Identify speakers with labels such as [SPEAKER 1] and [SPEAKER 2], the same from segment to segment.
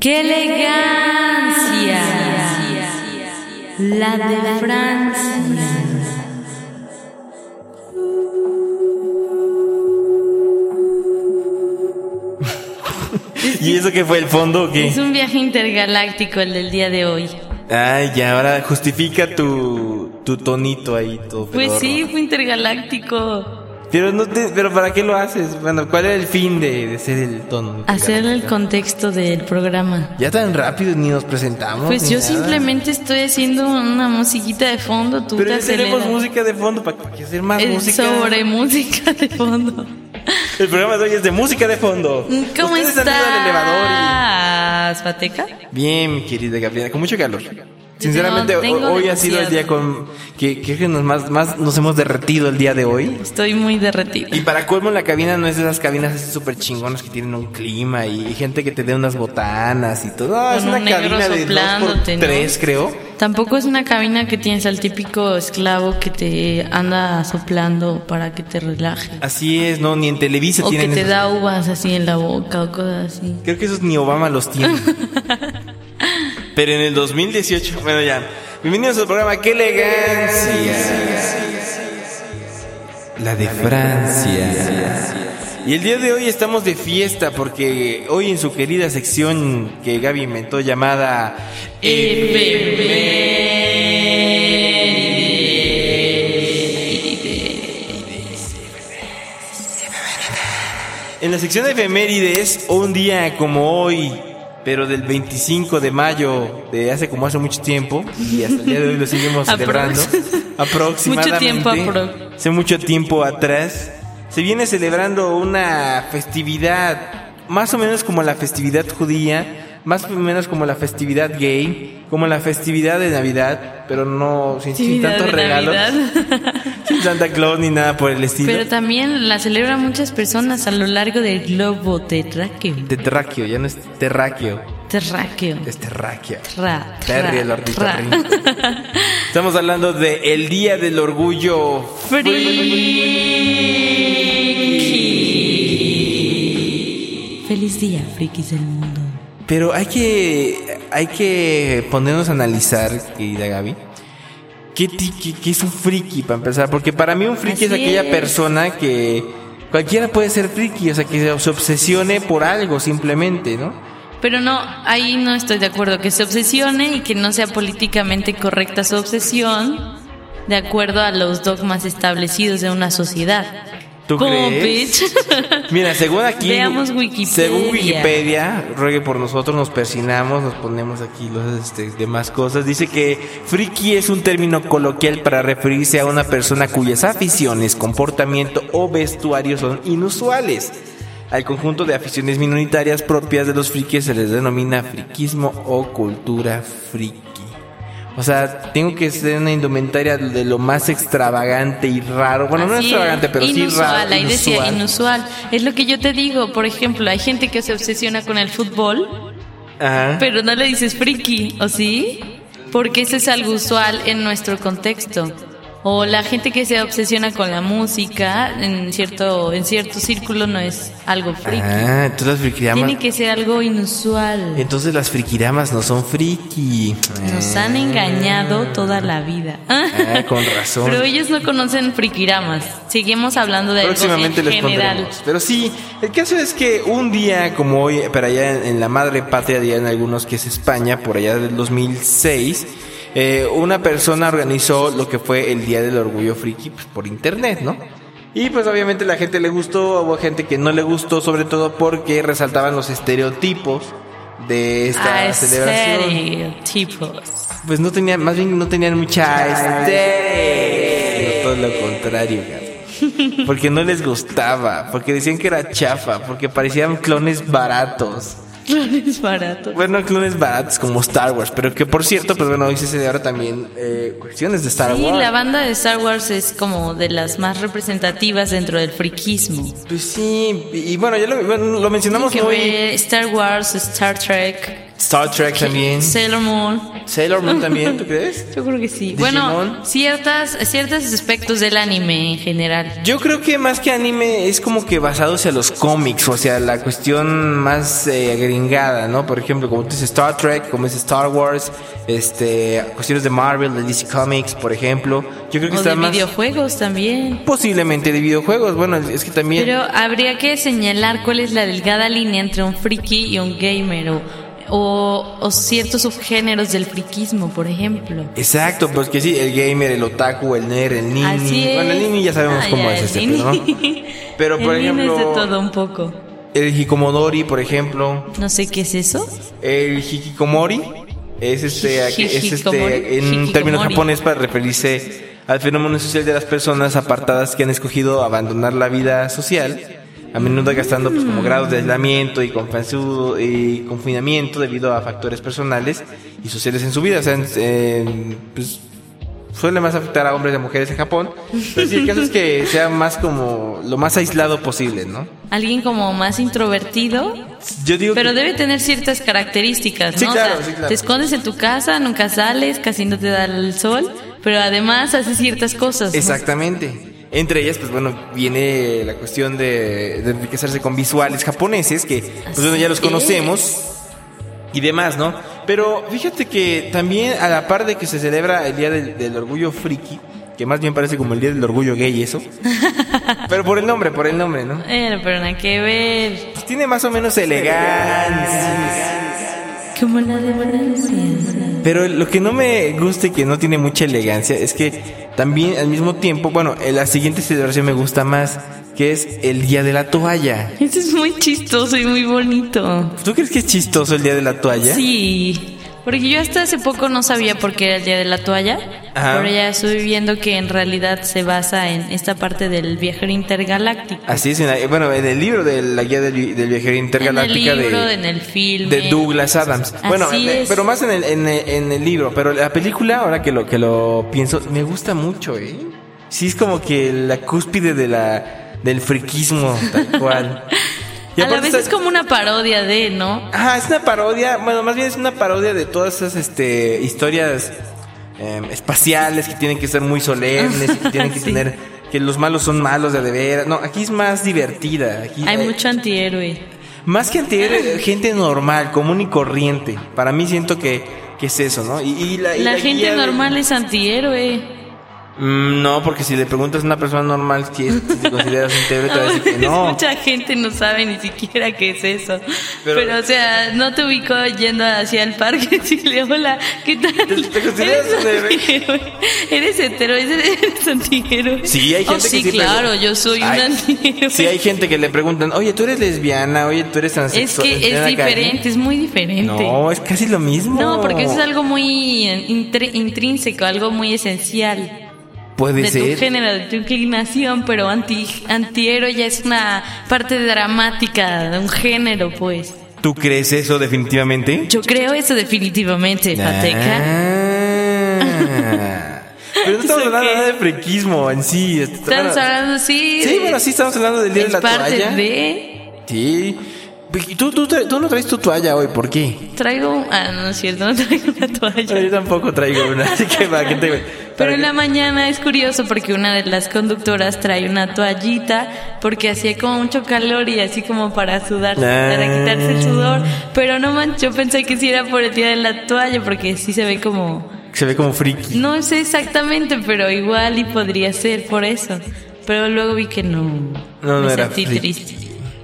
[SPEAKER 1] ¡Qué elegancia! La de Francia.
[SPEAKER 2] ¿Y eso que fue el fondo o qué?
[SPEAKER 1] Es un viaje intergaláctico el del día de hoy.
[SPEAKER 2] Ay, ya, ahora justifica tu, tu tonito ahí, todo
[SPEAKER 1] Pues
[SPEAKER 2] pedorro.
[SPEAKER 1] sí, fue intergaláctico.
[SPEAKER 2] Pero, no te, pero ¿para qué lo haces? Bueno, ¿cuál era el fin de, de ser el tono?
[SPEAKER 1] Hacer el contexto del programa.
[SPEAKER 2] Ya tan rápido ni nos presentamos.
[SPEAKER 1] Pues
[SPEAKER 2] ni
[SPEAKER 1] yo
[SPEAKER 2] nada.
[SPEAKER 1] simplemente estoy haciendo una musiquita de fondo. Tú
[SPEAKER 2] Pero
[SPEAKER 1] te
[SPEAKER 2] ya tenemos
[SPEAKER 1] aceleras.
[SPEAKER 2] música de fondo, ¿para para qué hacer más
[SPEAKER 1] Es
[SPEAKER 2] música?
[SPEAKER 1] Sobre música de fondo.
[SPEAKER 2] El programa de hoy es de música de fondo.
[SPEAKER 1] ¿Cómo
[SPEAKER 2] Ustedes han ido al elevador
[SPEAKER 1] estás, Pateca?
[SPEAKER 2] y- Bien, querida Gabriela, con mucho calor. Sinceramente,
[SPEAKER 1] No, tengo
[SPEAKER 2] ho- hoy ha sido el día con que, que es que nos más, más nos hemos derretido el día de hoy.
[SPEAKER 1] Estoy muy derretida.
[SPEAKER 2] Y para colmo, la cabina no es de esas cabinas así súper chingonas que tienen un clima y gente que te dé unas botanas y todo. No, es
[SPEAKER 1] Con
[SPEAKER 2] una
[SPEAKER 1] un negro
[SPEAKER 2] cabina de dos
[SPEAKER 1] soplándote,
[SPEAKER 2] por
[SPEAKER 1] ¿no?
[SPEAKER 2] tres, creo.
[SPEAKER 1] Tampoco es una cabina que tienes al típico esclavo que te anda soplando para que te relaje.
[SPEAKER 2] Así es, no, ni en
[SPEAKER 1] O
[SPEAKER 2] Televisa
[SPEAKER 1] que
[SPEAKER 2] tienen
[SPEAKER 1] te
[SPEAKER 2] esos.
[SPEAKER 1] da uvas así en la boca o cosas así.
[SPEAKER 2] Creo que esos ni Obama los tiene. Pero en el 2018, bueno, ya. Bienvenidos al programa ¡Qué elegancia! La de Francia. Y el día de hoy estamos de fiesta porque hoy en su querida sección que Gaby inventó llamada En la sección de efemérides, un día como hoy, pero del 25 de mayo de hace como hace mucho tiempo, y hasta el día de hoy lo seguimos
[SPEAKER 1] Aprox.
[SPEAKER 2] celebrando, aproximadamente,
[SPEAKER 1] Mucho tiempo, aprox.
[SPEAKER 2] hace mucho tiempo atrás, se viene celebrando una festividad, más o menos como la festividad judía, más o menos como la festividad gay, como la festividad de Navidad, pero no sin, sin
[SPEAKER 1] Actividad
[SPEAKER 2] tantos
[SPEAKER 1] de
[SPEAKER 2] regalos,
[SPEAKER 1] Navidad.
[SPEAKER 2] sin Santa Claus ni nada por el estilo.
[SPEAKER 1] Pero también la celebran muchas personas a lo largo del globo terráqueo.
[SPEAKER 2] de terráqueo, ya no es terráqueo,
[SPEAKER 1] Terráqueo.
[SPEAKER 2] es terráqueo.
[SPEAKER 1] Ra,
[SPEAKER 2] Terry,
[SPEAKER 1] ra,
[SPEAKER 2] el hornito
[SPEAKER 1] ra.
[SPEAKER 2] Estamos hablando de el Día del Orgullo.
[SPEAKER 1] Friki. Feliz día, frikis del mundo.
[SPEAKER 2] Pero hay que, hay que ponernos a analizar, querida Gaby. ¿Qué, ti- qué- qué es un friki para empezar? Porque para mí un friki es
[SPEAKER 1] Así
[SPEAKER 2] aquella
[SPEAKER 1] es.
[SPEAKER 2] persona que cualquiera puede ser friki, o sea, que se- se obsesione por algo simplemente, ¿no?
[SPEAKER 1] Pero no, ahí no estoy de acuerdo. Que se obsesione y que no sea políticamente correcta su obsesión de acuerdo a los dogmas establecidos de una sociedad.
[SPEAKER 2] ¿Tú
[SPEAKER 1] ¿Cómo,
[SPEAKER 2] crees?
[SPEAKER 1] bitch?
[SPEAKER 2] Mira, según aquí.
[SPEAKER 1] Veamos Wikipedia.
[SPEAKER 2] Según Wikipedia, ruegue por nosotros, nos persinamos, nos ponemos aquí los este, demás cosas. Dice que friki es un término coloquial para referirse a una persona cuyas aficiones, comportamiento o vestuario son inusuales. Al conjunto de aficiones minoritarias propias de los frikis se les denomina friquismo o cultura friki. O sea, tengo que ser una indumentaria de lo más extravagante y raro. Bueno, no
[SPEAKER 1] Así es.
[SPEAKER 2] extravagante, pero sí
[SPEAKER 1] inusual,
[SPEAKER 2] raro.
[SPEAKER 1] ahí decía inusual. Es lo que yo te digo, por ejemplo, hay gente que se obsesiona con el fútbol,
[SPEAKER 2] Ajá.
[SPEAKER 1] pero no le dices friki, ¿o sí? Porque ese es algo usual en nuestro contexto. O la gente que se obsesiona con la música, en cierto, en cierto círculo no es algo friki.
[SPEAKER 2] Ah, Eh. entonces las frikidamas.
[SPEAKER 1] Tiene que ser algo inusual.
[SPEAKER 2] Entonces las frikidamas no son friki.
[SPEAKER 1] Nos han engañado toda la vida.
[SPEAKER 2] Ah, con razón.
[SPEAKER 1] Pero ellos no conocen frikiramas. Seguimos hablando de algo
[SPEAKER 2] Próximamente
[SPEAKER 1] en
[SPEAKER 2] les
[SPEAKER 1] general.
[SPEAKER 2] pondremos. Pero sí, el caso es que un día como hoy, para allá en, en la madre patria, allá en algunos que es España, por allá del 2006, eh, una persona organizó lo que fue el Día del Orgullo Friki pues, por internet, ¿no? Y pues obviamente la gente le gustó, hubo gente que no le gustó, sobre todo porque resaltaban los estereotipos de esta
[SPEAKER 1] Ah,
[SPEAKER 2] celebración.
[SPEAKER 1] estereotipos.
[SPEAKER 2] Pues no tenían, más bien no tenían mucha este. Todo lo contrario, Gaby. Porque no les gustaba, porque decían que era chafa, porque parecían clones baratos.
[SPEAKER 1] Clones baratos.
[SPEAKER 2] Bueno, clones baratos como Star Wars, pero que por cierto, pues bueno, hoy se celebra también eh, cuestiones de Star
[SPEAKER 1] Sí,
[SPEAKER 2] Wars.
[SPEAKER 1] la banda de Star Wars es como de las más representativas dentro del friquismo.
[SPEAKER 2] Pues sí, y bueno, ya lo, bueno, lo mencionamos
[SPEAKER 1] Que
[SPEAKER 2] muy...
[SPEAKER 1] ve Star Wars, Star Trek,
[SPEAKER 2] Star Trek también.
[SPEAKER 1] Sailor Moon.
[SPEAKER 2] Sailor Moon también, ¿tú crees?
[SPEAKER 1] Yo creo que sí. Bueno,
[SPEAKER 2] Digimon.
[SPEAKER 1] ciertas, ciertos aspectos del anime en general.
[SPEAKER 2] Yo creo que más que anime es como que basado hacia los cómics, o sea, la cuestión más eh, gringada, ¿no? Por ejemplo, como tú dices Star Trek, como es Star Wars, este, cuestiones de Marvel, de DC Comics, por ejemplo. Yo creo que
[SPEAKER 1] O
[SPEAKER 2] está
[SPEAKER 1] de
[SPEAKER 2] más
[SPEAKER 1] videojuegos también.
[SPEAKER 2] posiblemente de videojuegos. Bueno, es que también
[SPEAKER 1] Pero habría que señalar cuál es la delgada línea entre un friki y un gamer o, o, o ciertos subgéneros del friquismo, por ejemplo.
[SPEAKER 2] Exacto, pues que sí, el gamer, el otaku, el nerd, el nini.
[SPEAKER 1] Así es.
[SPEAKER 2] Bueno, el nini ya sabemos
[SPEAKER 1] Ah,
[SPEAKER 2] cómo
[SPEAKER 1] ya,
[SPEAKER 2] es
[SPEAKER 1] el
[SPEAKER 2] este,
[SPEAKER 1] nini.
[SPEAKER 2] pero, ¿no? Pero, por
[SPEAKER 1] El nini
[SPEAKER 2] ejemplo,
[SPEAKER 1] es de todo un poco.
[SPEAKER 2] el hikikomodori, por ejemplo,
[SPEAKER 1] No sé qué es eso.
[SPEAKER 2] el hikikomori es este, es
[SPEAKER 1] Hikikomori.
[SPEAKER 2] este en términos
[SPEAKER 1] Hikikomori.
[SPEAKER 2] japonés para referirse al fenómeno social de las personas apartadas que han escogido abandonar la vida social, a menudo gastando pues como grados de aislamiento y, confansu- y confinamiento debido a factores personales y sociales en su vida, o sea, en- en, pues suele más afectar a hombres y a mujeres en Japón. Pero sí, el caso es que sea más como lo más aislado posible, ¿no?
[SPEAKER 1] Alguien como más introvertido,
[SPEAKER 2] Yo digo
[SPEAKER 1] pero
[SPEAKER 2] que
[SPEAKER 1] debe tener ciertas características, ¿no?
[SPEAKER 2] Sí,
[SPEAKER 1] O
[SPEAKER 2] claro,
[SPEAKER 1] sea,
[SPEAKER 2] sí, claro.
[SPEAKER 1] Te escondes en tu casa, nunca sales, casi no te da el sol, pero además haces ciertas cosas. ¿no?
[SPEAKER 2] Exactamente. Entre ellas, pues bueno, viene la cuestión de, de enriquecerse con visuales japoneses, que pues
[SPEAKER 1] Así
[SPEAKER 2] bueno, ya los
[SPEAKER 1] es.
[SPEAKER 2] conocemos y demás, ¿no? Pero fíjate que también a la par de que se celebra el Día del, del Orgullo Friki, que más bien parece como el Día del Orgullo Gay eso, pero por el nombre, por el nombre, ¿no?
[SPEAKER 1] Bueno, pero nada que ver.
[SPEAKER 2] Pues tiene más o menos elegancia.
[SPEAKER 1] Como la de Valencia.
[SPEAKER 2] Pero lo que no me gusta y que no tiene mucha elegancia es que también al mismo tiempo, bueno, eh, la siguiente celebración me gusta más, que es el Día de la Toalla.
[SPEAKER 1] Eso es muy chistoso y muy bonito.
[SPEAKER 2] ¿Tú crees que es chistoso el Día de la Toalla?
[SPEAKER 1] Sí, porque yo hasta hace poco no sabía por qué era el día de la toalla,
[SPEAKER 2] Ajá.
[SPEAKER 1] pero ya estoy viendo que en realidad se basa en esta parte del viajero intergaláctico.
[SPEAKER 2] Así es, en la- eh, bueno, en el libro de la guía del, vi- del viajero
[SPEAKER 1] En el
[SPEAKER 2] intergaláctica
[SPEAKER 1] libro,
[SPEAKER 2] de,
[SPEAKER 1] en el filme.
[SPEAKER 2] de Douglas Adams.
[SPEAKER 1] Así
[SPEAKER 2] bueno, eh,
[SPEAKER 1] es.
[SPEAKER 2] pero más en el, en, el, en el libro, pero la película, ahora que lo, que lo pienso, me gusta mucho, ¿eh? Sí, es como que la cúspide de la, del friquismo, tal cual. Y
[SPEAKER 1] A la
[SPEAKER 2] aparte
[SPEAKER 1] vez
[SPEAKER 2] está-
[SPEAKER 1] es como una parodia de, ¿no?
[SPEAKER 2] Ajá, es una parodia, bueno, más bien es una parodia de todas esas este, historias eh, espaciales que tienen que ser muy solemnes, que tienen que
[SPEAKER 1] Sí.
[SPEAKER 2] tener que los malos son malos de de veras. No, aquí es más divertida. Aquí
[SPEAKER 1] Hay
[SPEAKER 2] eh,
[SPEAKER 1] mucho antihéroe.
[SPEAKER 2] Más que anterior, eh, gente normal, común y corriente. Para mí siento que, que es eso, ¿no? Y, y la, y
[SPEAKER 1] La
[SPEAKER 2] la guía
[SPEAKER 1] gente
[SPEAKER 2] de-
[SPEAKER 1] normal es antihéroe.
[SPEAKER 2] Mm, no, porque si le preguntas a una persona normal si, es, si te consideras un te va a decir que no.
[SPEAKER 1] Mucha gente no sabe ni siquiera qué es eso. Pero,
[SPEAKER 2] Pero-
[SPEAKER 1] o sea, no te ubicó yendo hacia el parque y decirle, hola, ¿qué tal?
[SPEAKER 2] Te- te consideras
[SPEAKER 1] ¿Eres
[SPEAKER 2] un héroe?
[SPEAKER 1] antihéroe? ¿Eres hetero? ¿Eres eres antihéroe?
[SPEAKER 2] Sí, hay gente
[SPEAKER 1] Oh,
[SPEAKER 2] que
[SPEAKER 1] sí,
[SPEAKER 2] sí, pero-
[SPEAKER 1] claro, yo soy
[SPEAKER 2] Ay,
[SPEAKER 1] un antihéroe.
[SPEAKER 2] Sí, hay gente que le preguntan, oye, tú eres lesbiana, oye, tú eres
[SPEAKER 1] es
[SPEAKER 2] transexual.
[SPEAKER 1] que es
[SPEAKER 2] lesbiana, Karen".
[SPEAKER 1] diferente, es muy diferente.
[SPEAKER 2] ¿eh? No, es casi lo mismo.
[SPEAKER 1] No, porque eso es algo muy eh, intri- intrínseco, algo muy esencial.
[SPEAKER 2] Puede
[SPEAKER 1] de
[SPEAKER 2] ser.
[SPEAKER 1] tu género, de tu inclinación, pero anti antihéroe ya es una parte dramática de un género, pues.
[SPEAKER 2] ¿Tú crees eso definitivamente?
[SPEAKER 1] Yo creo eso definitivamente, Fateca.
[SPEAKER 2] Ah. Pero no estamos
[SPEAKER 1] ¿Eso
[SPEAKER 2] hablando
[SPEAKER 1] qué?
[SPEAKER 2] nada de frequismo en sí.
[SPEAKER 1] Estamos
[SPEAKER 2] Bueno,
[SPEAKER 1] hablando, sí.
[SPEAKER 2] Sí,
[SPEAKER 1] de-
[SPEAKER 2] bueno, sí estamos hablando del día de
[SPEAKER 1] es
[SPEAKER 2] la
[SPEAKER 1] parte
[SPEAKER 2] toalla.
[SPEAKER 1] de.
[SPEAKER 2] Sí. Y tú, tú, tra- tú no traes tu toalla hoy, ¿por qué?
[SPEAKER 1] Traigo. Ah, no es cierto, no traigo una
[SPEAKER 2] Bueno,
[SPEAKER 1] toalla.
[SPEAKER 2] yo tampoco traigo una, así que para que te... para
[SPEAKER 1] Pero en
[SPEAKER 2] que-
[SPEAKER 1] la mañana es curioso porque una de las conductoras trae una toallita porque hacía como mucho calor y así como para sudar,
[SPEAKER 2] Ah.
[SPEAKER 1] para quitarse el sudor. Pero no manches, yo pensé que sí era por el día de la toalla porque sí se ve como
[SPEAKER 2] Se ve como friki.
[SPEAKER 1] No sé exactamente, pero igual y podría ser por eso. Pero luego vi que no.
[SPEAKER 2] no
[SPEAKER 1] me
[SPEAKER 2] era
[SPEAKER 1] sentí
[SPEAKER 2] friki.
[SPEAKER 1] triste.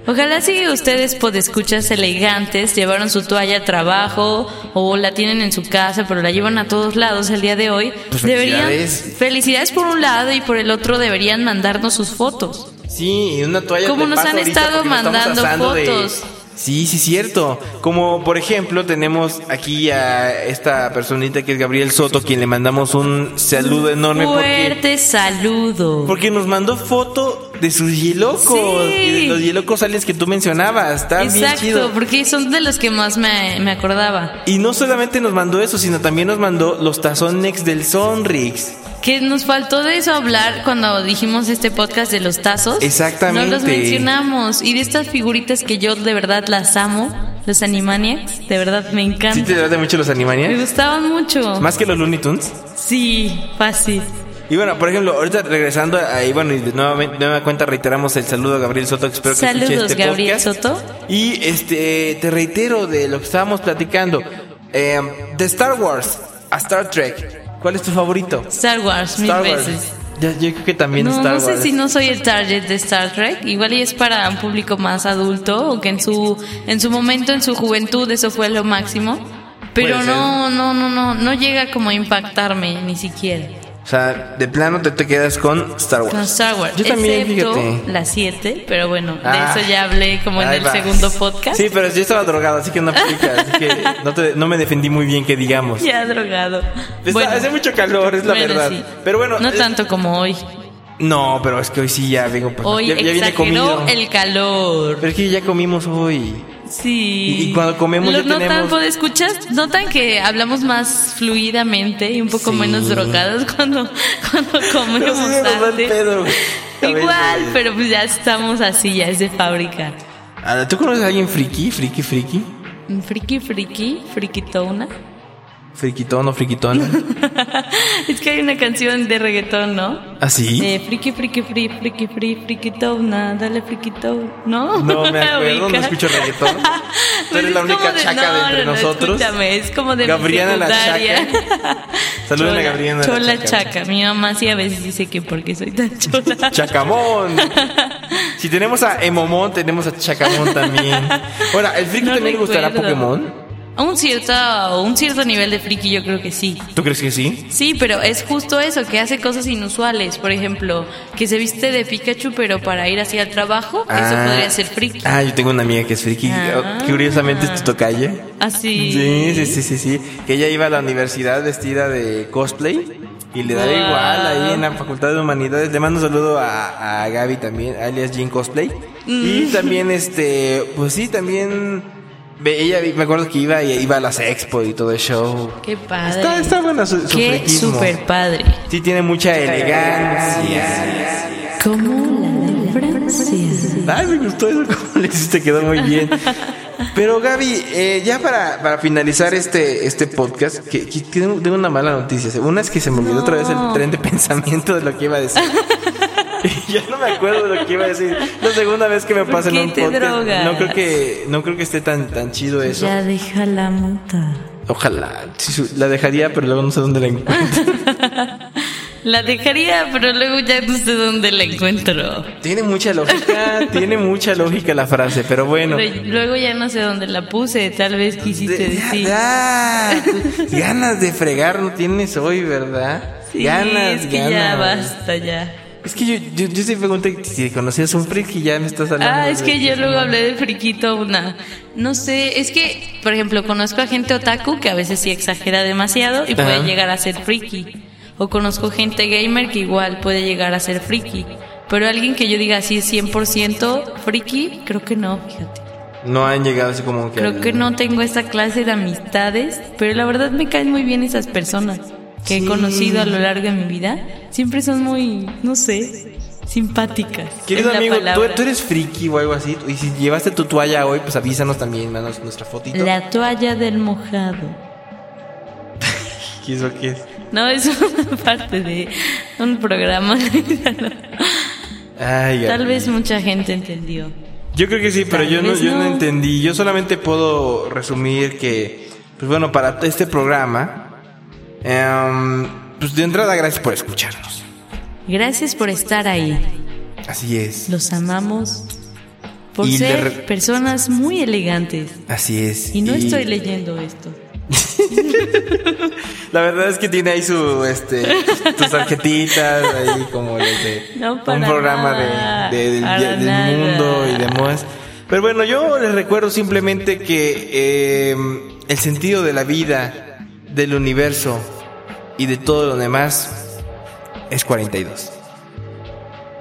[SPEAKER 1] Ojalá si ustedes podescuchas elegantes llevaron su toalla a trabajo o la tienen en su casa, pero la llevan a todos lados el día de hoy.
[SPEAKER 2] Pues felicidades.
[SPEAKER 1] felicidades por un lado y por el otro deberían mandarnos sus fotos.
[SPEAKER 2] Sí, y una toalla...
[SPEAKER 1] Como
[SPEAKER 2] te
[SPEAKER 1] nos
[SPEAKER 2] pasa
[SPEAKER 1] han
[SPEAKER 2] ahorita
[SPEAKER 1] estado
[SPEAKER 2] porque nos estamos
[SPEAKER 1] mandando
[SPEAKER 2] asando de-
[SPEAKER 1] fotos.
[SPEAKER 2] Sí, sí, cierto. Como por ejemplo tenemos aquí a esta personita que es Gabriel Soto, quien le mandamos un saludo enorme porque,
[SPEAKER 1] Fuerte saludo.
[SPEAKER 2] porque nos mandó foto de sus hielocos,
[SPEAKER 1] Sí.
[SPEAKER 2] y de los hielocos aliens que tú mencionabas, está bien
[SPEAKER 1] Exacto,
[SPEAKER 2] chido.
[SPEAKER 1] porque son de los que más me, me acordaba.
[SPEAKER 2] Y no solamente nos mandó eso, sino también nos mandó los tazonex del Sonrix.
[SPEAKER 1] Que nos faltó de eso hablar cuando dijimos este podcast de los tazos.
[SPEAKER 2] Exactamente.
[SPEAKER 1] No los mencionamos. Y de estas figuritas que yo de verdad las amo, los Animaniacs, de verdad me
[SPEAKER 2] ¿Sí te
[SPEAKER 1] encantan.
[SPEAKER 2] tratan mucho los
[SPEAKER 1] Me
[SPEAKER 2] Animaniacs?
[SPEAKER 1] gustaban mucho.
[SPEAKER 2] Más que los Looney Tunes.
[SPEAKER 1] Sí, fácil.
[SPEAKER 2] Y bueno, por ejemplo, ahorita regresando ahí, bueno, y de nuevamente, nueva cuenta reiteramos el saludo a Gabriel Soto, que espero que escuche
[SPEAKER 1] Saludos,
[SPEAKER 2] este
[SPEAKER 1] Gabriel
[SPEAKER 2] podcast.
[SPEAKER 1] Soto.
[SPEAKER 2] Y este, te reitero de lo que estábamos platicando, eh, de Star Wars a Star Trek, ¿cuál es tu favorito?
[SPEAKER 1] Star Wars, mil
[SPEAKER 2] Star Wars.
[SPEAKER 1] veces.
[SPEAKER 2] Yo, yo creo que también
[SPEAKER 1] No,
[SPEAKER 2] Star
[SPEAKER 1] no sé
[SPEAKER 2] Wars.
[SPEAKER 1] si no soy el target de Star Trek. Igual y es para un público más adulto o que en su en su momento, en su juventud, eso fue lo máximo. Pero
[SPEAKER 2] Puede
[SPEAKER 1] no, no, no, no, no llega como a impactarme ni siquiera.
[SPEAKER 2] O sea, de plano te, te quedas con Star Wars.
[SPEAKER 1] Con Star Wars,
[SPEAKER 2] Yo también,
[SPEAKER 1] excepto
[SPEAKER 2] fíjate.
[SPEAKER 1] la 7, pero bueno,
[SPEAKER 2] Ah.
[SPEAKER 1] de eso ya hablé como en
[SPEAKER 2] Ahí
[SPEAKER 1] el
[SPEAKER 2] va.
[SPEAKER 1] segundo podcast.
[SPEAKER 2] Sí, pero yo estaba drogado, así que no aplica, así que no, te- no me defendí muy bien, que digamos.
[SPEAKER 1] Ya drogado.
[SPEAKER 2] Está- hace mucho calor, es la
[SPEAKER 1] bueno,
[SPEAKER 2] verdad.
[SPEAKER 1] sí.
[SPEAKER 2] Pero bueno,
[SPEAKER 1] No
[SPEAKER 2] eh,
[SPEAKER 1] tanto como hoy.
[SPEAKER 2] No, pero es que hoy sí ya vengo pues,
[SPEAKER 1] Hoy
[SPEAKER 2] ya, ya viene comido.
[SPEAKER 1] exageró el calor.
[SPEAKER 2] Pero es que ya comimos hoy.
[SPEAKER 1] Sí.
[SPEAKER 2] Y- y cuando comemos
[SPEAKER 1] Lo
[SPEAKER 2] ya tenemos-
[SPEAKER 1] notan, ¿pod- escuchas? Notan que hablamos más fluidamente y un poco
[SPEAKER 2] Sí.
[SPEAKER 1] menos drogados cuando, cuando
[SPEAKER 2] Pero
[SPEAKER 1] comemos
[SPEAKER 2] sí se nos va el
[SPEAKER 1] antes.
[SPEAKER 2] pedo, güey. A veces.
[SPEAKER 1] Igual, pero pues ya estamos así, ya es de fábrica.
[SPEAKER 2] Ana, Ah, ¿Tú conoces a alguien friki? Friki, friki.
[SPEAKER 1] Mm, Friki, friki, friquitona.
[SPEAKER 2] Friquitón o friquitona.
[SPEAKER 1] es que hay una canción de reggaetón, ¿no?
[SPEAKER 2] ¿Así?
[SPEAKER 1] Eh, friki, friki, friki, friki, friki, friquitona, dale friquitona, ¿no?
[SPEAKER 2] No me acuerdo, no
[SPEAKER 1] Ubicas.
[SPEAKER 2] escucho reggaetón. Tú
[SPEAKER 1] Pues
[SPEAKER 2] eres la
[SPEAKER 1] es
[SPEAKER 2] única
[SPEAKER 1] como
[SPEAKER 2] chaca de entre nosotros.
[SPEAKER 1] escúchame, es como de mi
[SPEAKER 2] Gabriela la
[SPEAKER 1] secundaria.
[SPEAKER 2] Saluden a
[SPEAKER 1] Chola,
[SPEAKER 2] Gabriela la
[SPEAKER 1] Chola
[SPEAKER 2] chaca.
[SPEAKER 1] chaca. Mi mamá sí a veces dice que porque soy tan chola.
[SPEAKER 2] Chacamón. Si tenemos a Emomón, tenemos a Chacamón también. Ahora, ¿el friki
[SPEAKER 1] No
[SPEAKER 2] también le gustará
[SPEAKER 1] recuerdo.
[SPEAKER 2] Pokémon?
[SPEAKER 1] A un cierto, a un cierto nivel de friki yo creo que sí.
[SPEAKER 2] ¿Tú crees que sí?
[SPEAKER 1] Sí, pero es justo eso, que hace cosas inusuales. Por ejemplo, que se viste de Pikachu pero para ir hacia el trabajo, eso
[SPEAKER 2] Ah.
[SPEAKER 1] podría ser friki.
[SPEAKER 2] Ah, yo tengo una amiga que es friki.
[SPEAKER 1] Ah.
[SPEAKER 2] Curiosamente es tu tocaya.
[SPEAKER 1] Así.
[SPEAKER 2] Sí, sí, sí, sí, sí. Que ella iba a la universidad vestida de cosplay y le daba
[SPEAKER 1] Wow.
[SPEAKER 2] igual ahí en la Facultad de Humanidades. Le mando un saludo a, a Gaby también, alias Jean Cosplay. Y también, este, pues sí, también ve- ella me acuerdo que iba y iba a las expo y todo el show.
[SPEAKER 1] Qué padre.
[SPEAKER 2] Está, está buena su, su
[SPEAKER 1] Qué
[SPEAKER 2] friquismo.
[SPEAKER 1] super padre.
[SPEAKER 2] Sí, tiene mucha elegancia.
[SPEAKER 1] Como la de Francia.
[SPEAKER 2] Ay, me gustó eso, como le hiciste, quedó muy bien. Pero Gaby, eh, ya para, para finalizar este, este podcast, que, que tengo tengo una mala noticia. Una es que se me olvidó otra vez el
[SPEAKER 1] No.
[SPEAKER 2] tren de pensamiento de lo que iba a decir. Y ya no me acuerdo de lo que iba a decir. La segunda vez que me
[SPEAKER 1] ¿Por
[SPEAKER 2] pasa en
[SPEAKER 1] qué
[SPEAKER 2] un
[SPEAKER 1] te
[SPEAKER 2] podcast.
[SPEAKER 1] drogas?
[SPEAKER 2] No creo que, no creo que esté tan, tan chido eso.
[SPEAKER 1] Ya deja la monta.
[SPEAKER 2] Ojalá. Sí, su- La dejaría, pero luego no sé dónde la encuentro.
[SPEAKER 1] La dejaría, pero luego ya no sé dónde la encuentro.
[SPEAKER 2] tiene mucha lógica, tiene mucha lógica la frase, pero bueno.
[SPEAKER 1] Pero luego ya no sé dónde la puse, tal vez quisiste
[SPEAKER 2] De-
[SPEAKER 1] decir.
[SPEAKER 2] ya, ya. ganas de fregar no tienes hoy, ¿verdad?
[SPEAKER 1] Sí,
[SPEAKER 2] ganas,
[SPEAKER 1] es que ya
[SPEAKER 2] ganas.
[SPEAKER 1] basta ya.
[SPEAKER 2] Es que yo, yo, yo sí pregunté si conocías un friki y ya me estás hablando.
[SPEAKER 1] Ah, es
[SPEAKER 2] de-
[SPEAKER 1] que yo luego hablé de friquito una. No sé, es que, por ejemplo, conozco a gente otaku que a veces sí exagera demasiado y puede
[SPEAKER 2] Ajá.
[SPEAKER 1] llegar a ser friki. O conozco gente gamer que igual puede llegar a ser friki. Pero alguien que yo diga así 100% friki, creo que no, fíjate.
[SPEAKER 2] No han llegado así como que. al-
[SPEAKER 1] Creo que no tengo esa clase de amistades, pero la verdad me caen muy bien esas personas que
[SPEAKER 2] Sí.
[SPEAKER 1] he conocido a lo largo de mi vida. Siempre son muy, no sé, simpáticas.
[SPEAKER 2] Querido
[SPEAKER 1] es la
[SPEAKER 2] amigo, ¿tú,
[SPEAKER 1] palabra.
[SPEAKER 2] tú eres friki o algo así. Y si llevaste tu toalla hoy, pues avísanos también, manos nuestra fotito.
[SPEAKER 1] La toalla del mojado.
[SPEAKER 2] ¿Qué es lo que es?
[SPEAKER 1] No, es una parte de un programa.
[SPEAKER 2] Ay,
[SPEAKER 1] Tal
[SPEAKER 2] Gaby.
[SPEAKER 1] vez mucha gente entendió.
[SPEAKER 2] Yo creo que sí, pero
[SPEAKER 1] Tal
[SPEAKER 2] yo no,
[SPEAKER 1] vez
[SPEAKER 2] yo no
[SPEAKER 1] no.
[SPEAKER 2] entendí. Yo solamente puedo resumir que, pues bueno, para este programa, em, pues de entrada, gracias por escucharnos.
[SPEAKER 1] Gracias por estar ahí.
[SPEAKER 2] Así es,
[SPEAKER 1] Los amamos por
[SPEAKER 2] Y le
[SPEAKER 1] ser
[SPEAKER 2] re-
[SPEAKER 1] personas muy elegantes.
[SPEAKER 2] así es.
[SPEAKER 1] Y no estoy leyendo esto.
[SPEAKER 2] La verdad es que tiene ahí su, este, tus tarjetitas, ahí como los de
[SPEAKER 1] No,
[SPEAKER 2] un
[SPEAKER 1] para
[SPEAKER 2] programa
[SPEAKER 1] nada,
[SPEAKER 2] de, de- del,
[SPEAKER 1] para
[SPEAKER 2] del
[SPEAKER 1] nada.
[SPEAKER 2] mundo y demás. Pero bueno, yo les recuerdo simplemente que eh, el sentido de la vida, del universo y de todo lo demás es 42.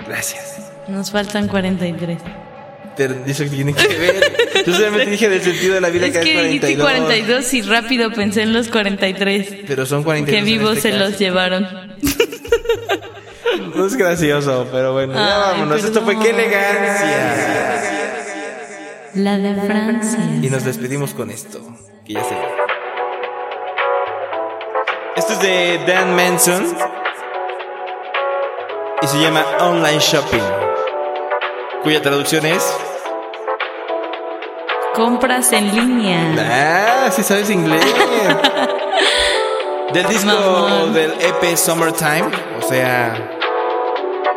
[SPEAKER 2] Gracias.
[SPEAKER 1] Nos faltan 43.
[SPEAKER 2] Pero eso tiene que ver. Yo solamente dije del sentido de la vida
[SPEAKER 1] Es
[SPEAKER 2] que,
[SPEAKER 1] que dijiste
[SPEAKER 2] es 42.
[SPEAKER 1] 42 y rápido pensé en los 43.
[SPEAKER 2] Pero son 42.
[SPEAKER 1] Que
[SPEAKER 2] en
[SPEAKER 1] vivos
[SPEAKER 2] este
[SPEAKER 1] se
[SPEAKER 2] caso.
[SPEAKER 1] los llevaron.
[SPEAKER 2] No es gracioso, pero bueno, ya
[SPEAKER 1] Ay,
[SPEAKER 2] vámonos. Esto fue
[SPEAKER 1] perdón.
[SPEAKER 2] qué elegancia.
[SPEAKER 1] La de Francia.
[SPEAKER 2] Y nos despedimos con esto, que ya se va. Esto es de Dan Manson y se llama Online Shopping, cuya traducción es...
[SPEAKER 1] Compras en línea.
[SPEAKER 2] Ah, si sabes inglés. Del disco
[SPEAKER 1] Mamón.
[SPEAKER 2] del EP Summertime, o sea,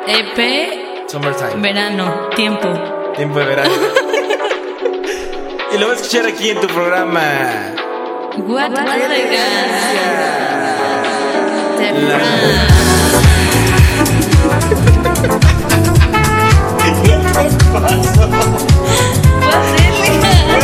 [SPEAKER 1] EP,
[SPEAKER 2] Summertime,
[SPEAKER 1] E verano, tiempo.
[SPEAKER 2] tiempo de verano. y lo vas a escuchar aquí en tu programa.
[SPEAKER 1] What elegancia. De
[SPEAKER 2] La-
[SPEAKER 1] Francia. What elegancia.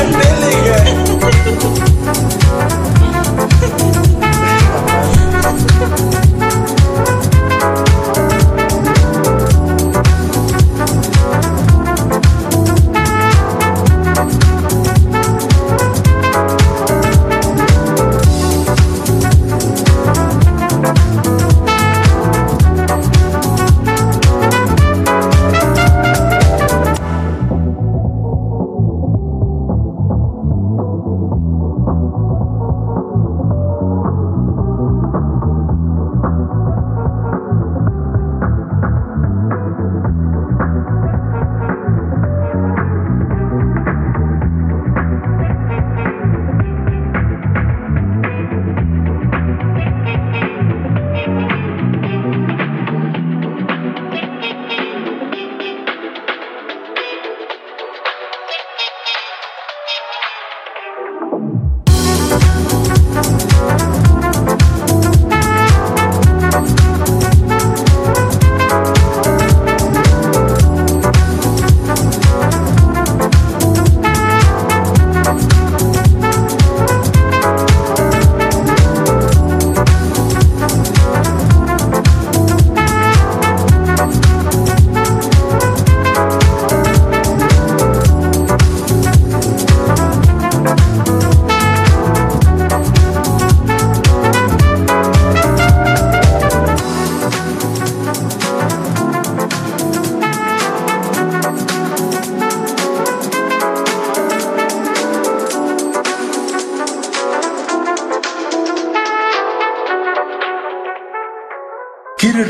[SPEAKER 3] ¿Quiere